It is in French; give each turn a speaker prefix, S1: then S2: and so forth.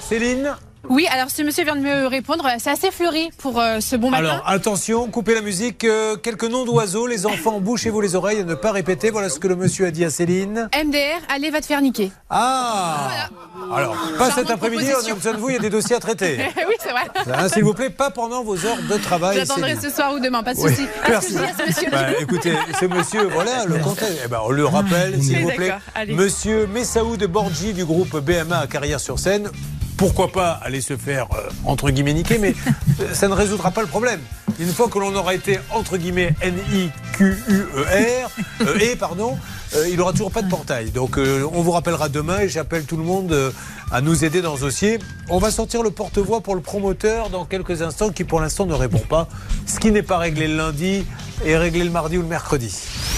S1: Céline
S2: Oui, alors ce monsieur vient de me répondre. C'est assez fleuri pour euh, ce bon matin.
S1: Alors attention, coupez la musique. euh, quelques noms d'oiseaux, les enfants, bouchez-vous les oreilles et ne pas répéter. Voilà ce que le monsieur a dit à Céline.
S2: MDR, allez, va te faire niquer.
S1: Ah Alors, pas
S2: Charmante
S1: cet après-midi, on a
S2: proposition.
S1: besoin de vous, il y a des dossiers à traiter.
S2: oui, c'est vrai.
S1: Hein, S'il vous plaît, pas pendant vos heures de travail.
S2: J'attendrai
S1: Céline.
S2: ce soir ou demain, pas de
S1: Oui,
S2: souci. Parce que je dis à ce monsieur
S1: Bah, écoutez, ce monsieur, voilà le contexte. Eh ben, on le rappelle, s'il
S2: Oui,
S1: vous
S2: d'accord,
S1: plaît.
S2: allez.
S1: Monsieur Messaoud de Borgi du groupe BMA à Carrière-sur-Seine. Pourquoi pas aller se faire euh, entre guillemets niquer, mais euh, ça ne résoudra pas le problème. Une fois que l'on aura été entre guillemets N-I-Q-U-E-R, euh, et pardon, euh, il n'aura toujours pas de portail. Donc euh, on vous rappellera demain et j'appelle tout le monde euh, à nous aider dans ce dossier. On va sortir le porte-voix pour le promoteur dans quelques instants qui pour l'instant ne répond pas. Ce qui n'est pas réglé le lundi est réglé le mardi ou le mercredi.